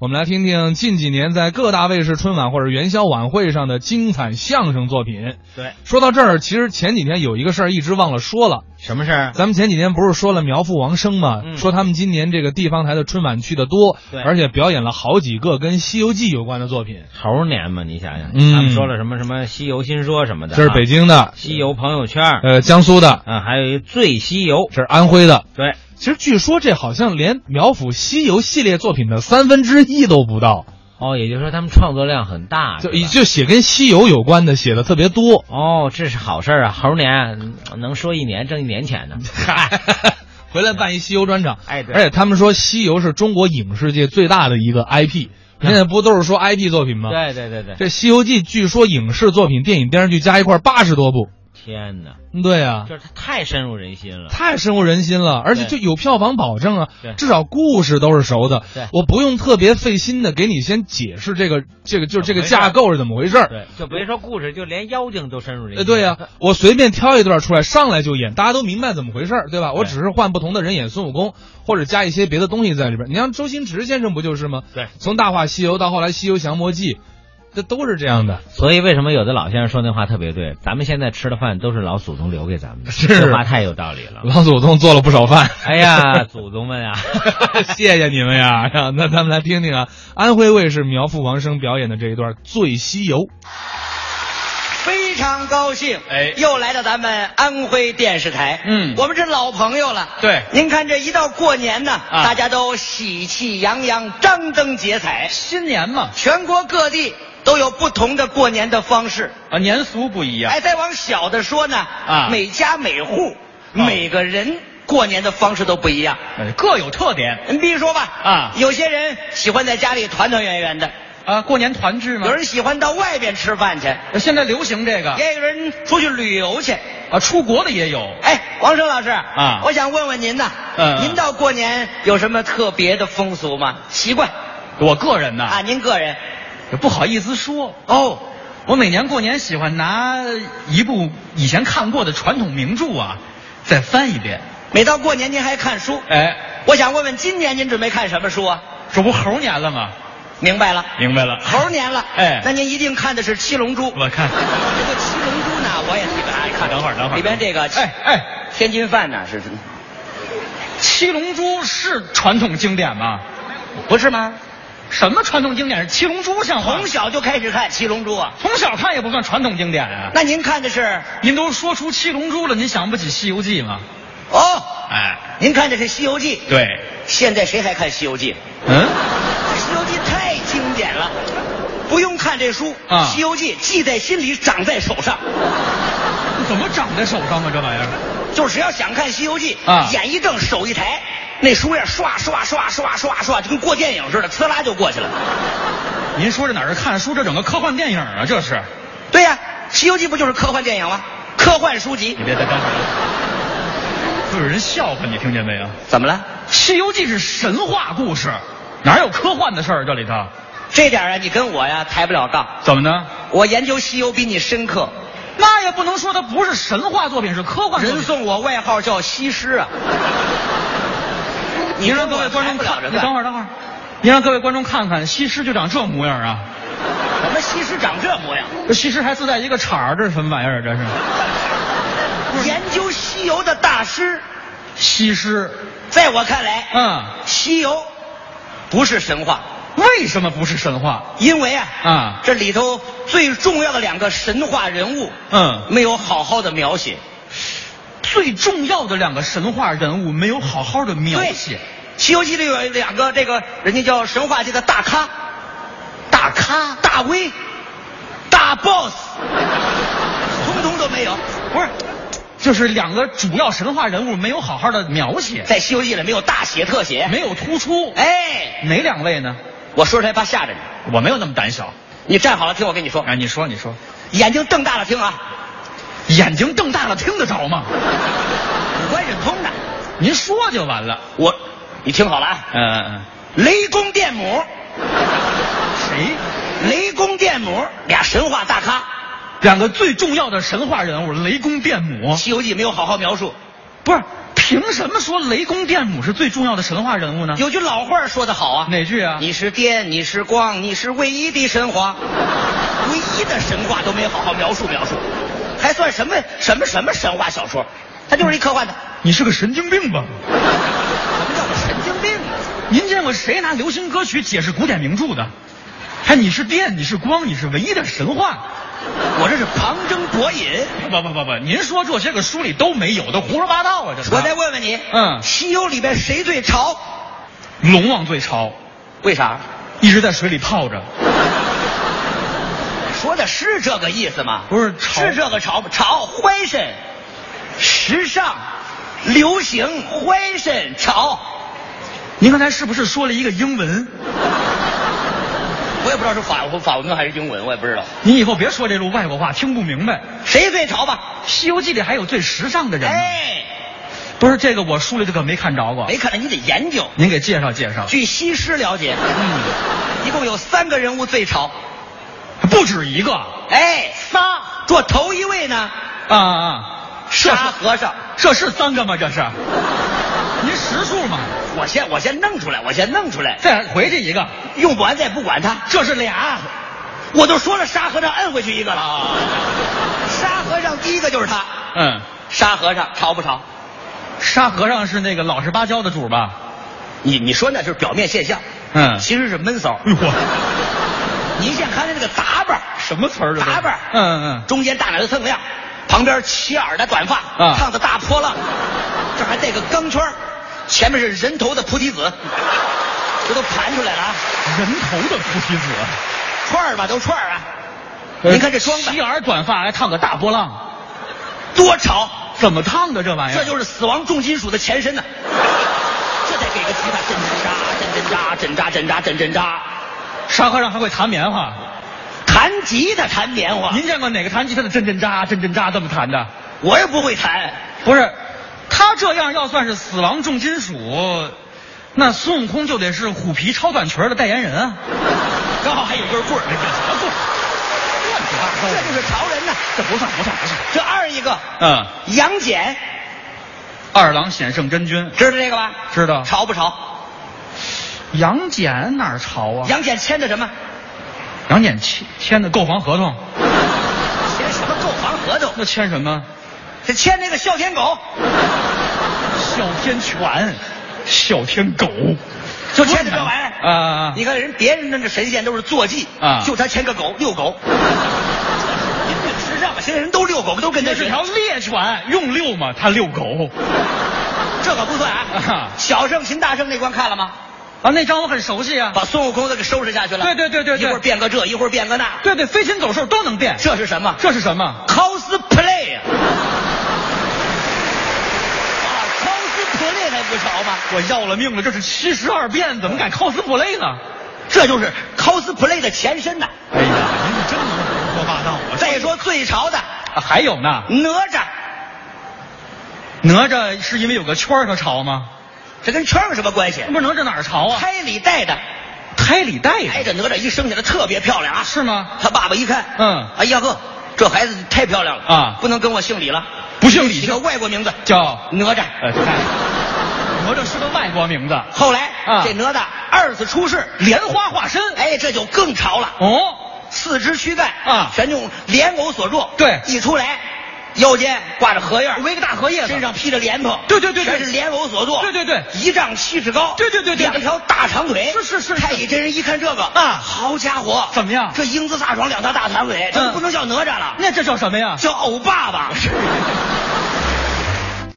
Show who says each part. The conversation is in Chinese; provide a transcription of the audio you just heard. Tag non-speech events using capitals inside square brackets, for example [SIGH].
Speaker 1: 我们来听听近几年在各大卫视春晚或者元宵晚会上的精彩相声作品。
Speaker 2: 对，
Speaker 1: 说到这儿，其实前几天有一个事儿一直忘了说了。
Speaker 2: 什么事儿？
Speaker 1: 咱们前几天不是说了苗阜、王声吗？
Speaker 2: 嗯
Speaker 1: 说他们今年这个地方台的春晚去的多，
Speaker 2: 对
Speaker 1: 而且表演了好几个跟《西游记》有关的作品。
Speaker 2: 猴年嘛，你想想，
Speaker 1: 嗯
Speaker 2: 他们说了什么什么《西游新说》什么的啊，
Speaker 1: 这是北京的，
Speaker 2: 西游朋友圈，
Speaker 1: 呃，江苏的，
Speaker 2: 啊，还有一《醉西游》，
Speaker 1: 这是安徽的。
Speaker 2: 对，
Speaker 1: 其实据说这好像连苗阜《西游》系列作品的三分之一都不到，
Speaker 2: 哦，也就是说他们创作量很大，
Speaker 1: 就是
Speaker 2: 吧
Speaker 1: 就写跟西游有关的写的特别多。
Speaker 2: 哦，这是好事儿啊！猴年能说一年挣一年钱呢。
Speaker 1: 嗨， [LAUGHS] 回来办一西游专场。
Speaker 2: 哎对
Speaker 1: 而且他们说西游是中国影视界最大的一个 IP，现在不都是说 IP 作品吗？。
Speaker 2: 嗯对对对对，
Speaker 1: 这《西游记》据说影视作品、电影、电视剧加一块八十多部。
Speaker 2: 天哪，
Speaker 1: 对啊，
Speaker 2: 就是它太深入人心了。
Speaker 1: 太深入人心了，而且就
Speaker 2: 对
Speaker 1: 有票房保证啊
Speaker 2: 对，
Speaker 1: 至少故事都是熟的
Speaker 2: 对。
Speaker 1: 我不用特别费心的给你先解释这个这个就是这个架构是怎么回事儿。
Speaker 2: 对，就别说故事，就连妖精都深入人
Speaker 1: 呃，
Speaker 2: 心。
Speaker 1: 对呀、我随便挑一段出来，上来就演，大家都明白怎么回事儿，对吧？我
Speaker 2: 对
Speaker 1: 只是换不同的人演孙悟空，或者加一些别的东西在里边儿。你像周星驰先生不就是吗？
Speaker 2: 对
Speaker 1: 从《大话西游》到后来《西游降魔记》，这都是这样的。
Speaker 2: 所以为什么有的老先生说那话特别对？咱们现在吃的饭都是老祖宗留给咱们的，
Speaker 1: 是
Speaker 2: 这话太有道理了。
Speaker 1: 老祖宗做了不少饭。
Speaker 2: 啊哎呀，祖宗们 [LAUGHS] 啊！
Speaker 1: [LAUGHS] 谢谢你们呀！那咱们来听听啊，安徽卫视苗阜王声表演的这一段《醉西游》。
Speaker 3: 非常高兴，
Speaker 1: 哎
Speaker 3: 又来到咱们安徽电视台，
Speaker 1: 嗯
Speaker 3: 我们是老朋友了，
Speaker 1: 对
Speaker 3: 您看这一到过年呢，
Speaker 1: 啊
Speaker 3: 大家都喜气洋洋，张灯结彩，
Speaker 1: 新年嘛，
Speaker 3: 全国各地都有不同的过年的方式。
Speaker 1: 啊，年俗不一样。
Speaker 3: 哎，再往小的说呢，
Speaker 1: 啊哦
Speaker 3: 每家每户、每个人过年的方式都不一样。
Speaker 1: 哎，各有特点
Speaker 3: 您比如说吧，
Speaker 1: 啊
Speaker 3: 有些人喜欢在家里团团圆圆的，
Speaker 1: 啊。过年团聚
Speaker 3: 有人喜欢到外边吃饭去，
Speaker 1: 现在流行这个
Speaker 3: 也有人出去旅游去。
Speaker 1: 啊，出国的也有。
Speaker 3: 哎，王生老师啊我想问问您呐，
Speaker 1: 嗯
Speaker 3: 您到过年有什么特别的风俗吗？习惯
Speaker 1: 我个人
Speaker 3: 啊，
Speaker 1: 呐，
Speaker 3: 您个人
Speaker 1: 也不好意思说，
Speaker 3: 哦，
Speaker 1: 我每年过年喜欢拿一部以前看过的传统名著啊，再翻一遍。
Speaker 3: 每到过年您还看书，
Speaker 1: 哎，
Speaker 3: 我想问问今年您准备看什么书啊？
Speaker 1: 这不猴年了吗？
Speaker 3: 明白了，
Speaker 1: 明白了
Speaker 3: 猴年了，
Speaker 1: 哎
Speaker 3: 那您一定看的是《七龙珠》。
Speaker 1: 我看
Speaker 3: 这个《七龙珠》呢，我也特别爱看。
Speaker 1: 等会儿等会儿
Speaker 3: 里边这个
Speaker 1: 哎哎，
Speaker 3: 天津饭呢是
Speaker 4: 七龙珠是传统经典吗？
Speaker 3: 不是吗？
Speaker 4: 什么传统经典？七龙珠像话
Speaker 3: 从
Speaker 4: 吗？
Speaker 3: 小就开始看《七龙珠》啊，
Speaker 4: 从小看也不算传统经典啊。
Speaker 3: 那您看的是
Speaker 4: 您都说出七龙珠了，您想不起《西游记》吗？
Speaker 3: 哦，
Speaker 4: 哎，
Speaker 3: 您看的是《西游记》。
Speaker 4: 对，
Speaker 3: 现在谁还看《西游记》？
Speaker 4: 嗯，
Speaker 3: 《西游记》太经典了，不用看这书，
Speaker 4: 啊
Speaker 3: 西游记》记在心里，掌在手上。
Speaker 4: 怎么长在手上啊？这玩意儿，
Speaker 3: 就只要想看《西游记》
Speaker 4: 啊
Speaker 3: 眼一瞪，手一抬，那书页刷刷刷刷刷刷，就跟过电影似的，呲啦就过去了。
Speaker 4: 您说这哪是看书，这整个科幻电影啊，这是。
Speaker 3: 对呀、西游记》不就是科幻电影吗？科幻书籍
Speaker 4: 你别再等会儿了，会有人笑话你，听见没有？《
Speaker 3: 怎么了？
Speaker 4: 西游记》是神话故事，哪有科幻的事儿？这里头
Speaker 3: 这点啊，你跟我呀抬不了杠。
Speaker 4: 怎么呢？
Speaker 3: 我研究西游比你深刻，
Speaker 4: 那也不能说它不是神话作品，是科幻作品。
Speaker 3: 人送我外号叫西施啊。
Speaker 4: 您让各位观众
Speaker 3: 看
Speaker 4: 看，你等会儿，等会儿，您让各位观众看看，西施就长这模样啊！
Speaker 3: 怎么西施长这模样？
Speaker 4: 这西施还自带一个铲儿，这是什么玩意儿？这是嗯
Speaker 3: 研究西游的大师，
Speaker 4: 西施，
Speaker 3: 在我看来，
Speaker 4: 嗯，
Speaker 3: 西游不是神话，
Speaker 4: 为什么不是神话？
Speaker 3: 因为啊，
Speaker 4: 啊
Speaker 3: 这里头最重要的两个神话人物，
Speaker 4: 嗯，
Speaker 3: 没有好好的描写。
Speaker 4: 最重要的两个神话人物没有好好的描写，
Speaker 3: 《西游记》里有两个这个人家叫神话界的大咖，大咖、大 V、大 boss，通通都没有。
Speaker 4: 不是，就是两个主要神话人物没有好好的描写，
Speaker 3: 在《西游记》里没有大写特写。
Speaker 4: 没有突出。
Speaker 3: 哎，
Speaker 4: 哪两位呢？
Speaker 3: 我说出来怕吓着你，
Speaker 4: 我没有那么胆小。
Speaker 3: 你站好了听我跟你说，
Speaker 1: 啊
Speaker 4: 哎，你说，你说，
Speaker 3: 眼睛瞪大了听啊，
Speaker 4: 眼睛瞪大了听得着吗？
Speaker 3: 五官是通的。
Speaker 4: 您说就完了。
Speaker 3: 我，你听好了啊，
Speaker 4: 嗯、嗯
Speaker 3: 雷公电母，
Speaker 4: 嗯，谁？
Speaker 3: 雷公电母俩神话大咖，
Speaker 4: 两个最重要的神话人物雷公电母
Speaker 3: 哦《西游记》没有好好描述。
Speaker 4: 不是
Speaker 1: 凭什么说雷公电母是最重要的神话人物呢？
Speaker 3: 有句老话说得好啊，
Speaker 1: 哪句啊？
Speaker 3: 你是电，你是光，你是唯一的神话，唯一的神话都没好好描述描述，还算什么什么什么神话小说？它就是一科幻的。
Speaker 1: 你是个神经病吧？ [LAUGHS]
Speaker 3: 什么叫做神经病啊？
Speaker 1: 您见过谁拿流行歌曲解释古典名著的？还你是电，你是光，你是唯一的神话。
Speaker 3: 我这是旁征博引。
Speaker 1: 不不不不，您说这些个书里都没有的胡说八道啊！这是
Speaker 3: 我再问问你，
Speaker 1: 嗯
Speaker 3: 西游里边谁最潮？
Speaker 1: 龙王最潮，
Speaker 3: 为啥？
Speaker 1: 一直在水里泡着。
Speaker 3: 说的是这个意思吗？
Speaker 1: 不是潮
Speaker 3: 是这个潮吗？潮欢身，时尚、流行、欢身潮，
Speaker 1: 您刚才是不是说了一个英文？
Speaker 3: 我也不知道是法法文还是英文，我也不知道。
Speaker 1: 您以后别说这路外国话，听不明白。
Speaker 3: 谁最潮吧？
Speaker 1: 《西游记》里还有最时尚的人吗？
Speaker 3: 哎，
Speaker 1: 不是这个，我书里这个没看着过。
Speaker 3: 没看来你得研究。
Speaker 1: 您给介绍介绍。
Speaker 3: 据西施了解，嗯，一共有三个人物最潮。
Speaker 1: 不止一个
Speaker 3: 哎，仨。做头一位呢，
Speaker 1: 啊啊！这
Speaker 3: 沙
Speaker 1: 是
Speaker 3: 和尚。
Speaker 1: 这是三个吗？这是？您实数吗？
Speaker 3: 我先我先弄出来，我先弄出来，
Speaker 1: 再回去一个，
Speaker 3: 用不完再不管他。
Speaker 1: 这是俩。
Speaker 3: 我都说了，沙和尚摁回去一个了。沙和尚第一个就是他。
Speaker 1: 嗯，
Speaker 3: 沙和尚潮不潮？
Speaker 1: 沙和尚是那个老实巴交的主吧？
Speaker 3: 你你说那是表面现象，
Speaker 1: 嗯
Speaker 3: 其实是闷骚。
Speaker 1: 哎呦嚯，
Speaker 3: 你先看他那个打扮，
Speaker 1: 什么词儿这都是
Speaker 3: 打扮，
Speaker 1: 嗯嗯，
Speaker 3: 中间大脑袋锃亮，旁边齐耳的短发，
Speaker 1: 啊
Speaker 3: 烫的大波浪，这还带个钢圈儿，前面是人头的菩提子，这都盘出来了啊，
Speaker 1: 人头的菩提子。
Speaker 3: 串儿吧都串儿啊，您看这装扮
Speaker 1: 齐耳短发，还烫个大波浪，
Speaker 3: 多潮，
Speaker 1: 怎么烫的这玩意儿？
Speaker 3: 这就是死亡重金属的前身呢、这再给个吉他真真扎，真真扎，真真扎，真真扎，
Speaker 1: 沙和尚还会弹棉花。
Speaker 3: 弹吉他弹棉花，
Speaker 1: 您见过哪个弹吉他的真真扎真真扎这么弹的？
Speaker 3: 我又不会弹，
Speaker 1: 不是，他这样要算是死亡重金属，那孙悟空就得是虎皮超短裙儿的代言人啊！
Speaker 3: 刚好还有根棍儿，
Speaker 1: 乱七八糟
Speaker 3: 哎这
Speaker 1: 的，
Speaker 3: 就是潮人呐、
Speaker 1: 这不算不算不算。
Speaker 3: 这二一个，
Speaker 1: 嗯，
Speaker 3: 杨戬，
Speaker 1: 二郎显圣真君
Speaker 3: 知道这个吧？
Speaker 1: 知道
Speaker 3: 潮不潮？
Speaker 1: 杨戬哪儿潮啊？
Speaker 3: 杨戬签的什么？
Speaker 1: 杨戬签签的购房合同，
Speaker 3: 签什么购房合同？
Speaker 1: 那签什么？
Speaker 3: 这签那个哮天狗，
Speaker 1: 哮天犬，哮天狗，
Speaker 3: 就签的这玩意儿
Speaker 1: 啊
Speaker 3: 你看人别人那个神仙都是坐骑
Speaker 1: 啊
Speaker 3: 就他签个狗，遛 [LAUGHS] 狗。您这时尚吧，现在人都遛狗，都跟
Speaker 1: 那
Speaker 3: 他
Speaker 1: 是
Speaker 3: 学。
Speaker 1: 条猎犬，用遛吗？他遛狗
Speaker 3: 这可不算
Speaker 1: 啊
Speaker 3: 啊！小圣擒大圣那关看了吗？
Speaker 1: 啊，那张我很熟悉啊。
Speaker 3: 把孙悟空都给收拾下去了。
Speaker 1: 对对对对对
Speaker 3: 一会儿变个这，一会儿变个那，
Speaker 1: 对对，飞禽走兽都能变。
Speaker 3: 这是什么
Speaker 1: 这是什么？
Speaker 3: ？cosplay 啊！啊，cosplay 还不潮吗？
Speaker 1: 我要了命了，这是七十二变，怎么敢 cosplay 呢？
Speaker 3: 这就是 cosplay 的前身呐、
Speaker 1: 哎呀，您是真能胡说八道啊！
Speaker 3: 再说最潮的
Speaker 1: 啊还有呢，
Speaker 3: 哪吒，
Speaker 1: 哪吒是因为有个圈儿他潮吗？
Speaker 3: 这跟圈儿有什么关系？
Speaker 1: 不是哪吒哪儿潮啊？
Speaker 3: 胎里带的，
Speaker 1: 胎里带
Speaker 3: 哎，
Speaker 1: 着，
Speaker 3: 这哪吒一生下来特别漂亮啊！
Speaker 1: 是吗？
Speaker 3: 他爸爸一看，
Speaker 1: 嗯
Speaker 3: 哎呀呵，这孩子太漂亮了
Speaker 1: 啊
Speaker 3: 不能跟我姓李了，
Speaker 1: 不姓李
Speaker 3: 起个外国名字
Speaker 1: 叫
Speaker 3: 哪吒。
Speaker 1: 呃，哪吒是个外国名字。
Speaker 3: 后来、
Speaker 1: 啊
Speaker 3: 这哪吒二次出世，
Speaker 1: 莲花化身
Speaker 3: 哎，这就更潮了，
Speaker 1: 哦，
Speaker 3: 四肢躯干
Speaker 1: 啊
Speaker 3: 全用莲藕所做，
Speaker 1: 对
Speaker 3: 一出来。腰间挂着荷叶，
Speaker 1: 围个大荷叶子
Speaker 3: 身上披着莲蓬，
Speaker 1: 对对对对
Speaker 3: 全是莲藕所做，
Speaker 1: 对对对
Speaker 3: 一丈七尺高，
Speaker 1: 对对对对对
Speaker 3: 两条大长腿，
Speaker 1: 是是是是
Speaker 3: 太乙真人一看这个
Speaker 1: 啊
Speaker 3: 好家伙，
Speaker 1: 怎么样
Speaker 3: 这英姿飒爽，两条大长腿，这
Speaker 1: 嗯
Speaker 3: 不能叫哪吒了，
Speaker 1: [LAUGHS] 那这叫什么呀？
Speaker 3: 叫欧巴吧。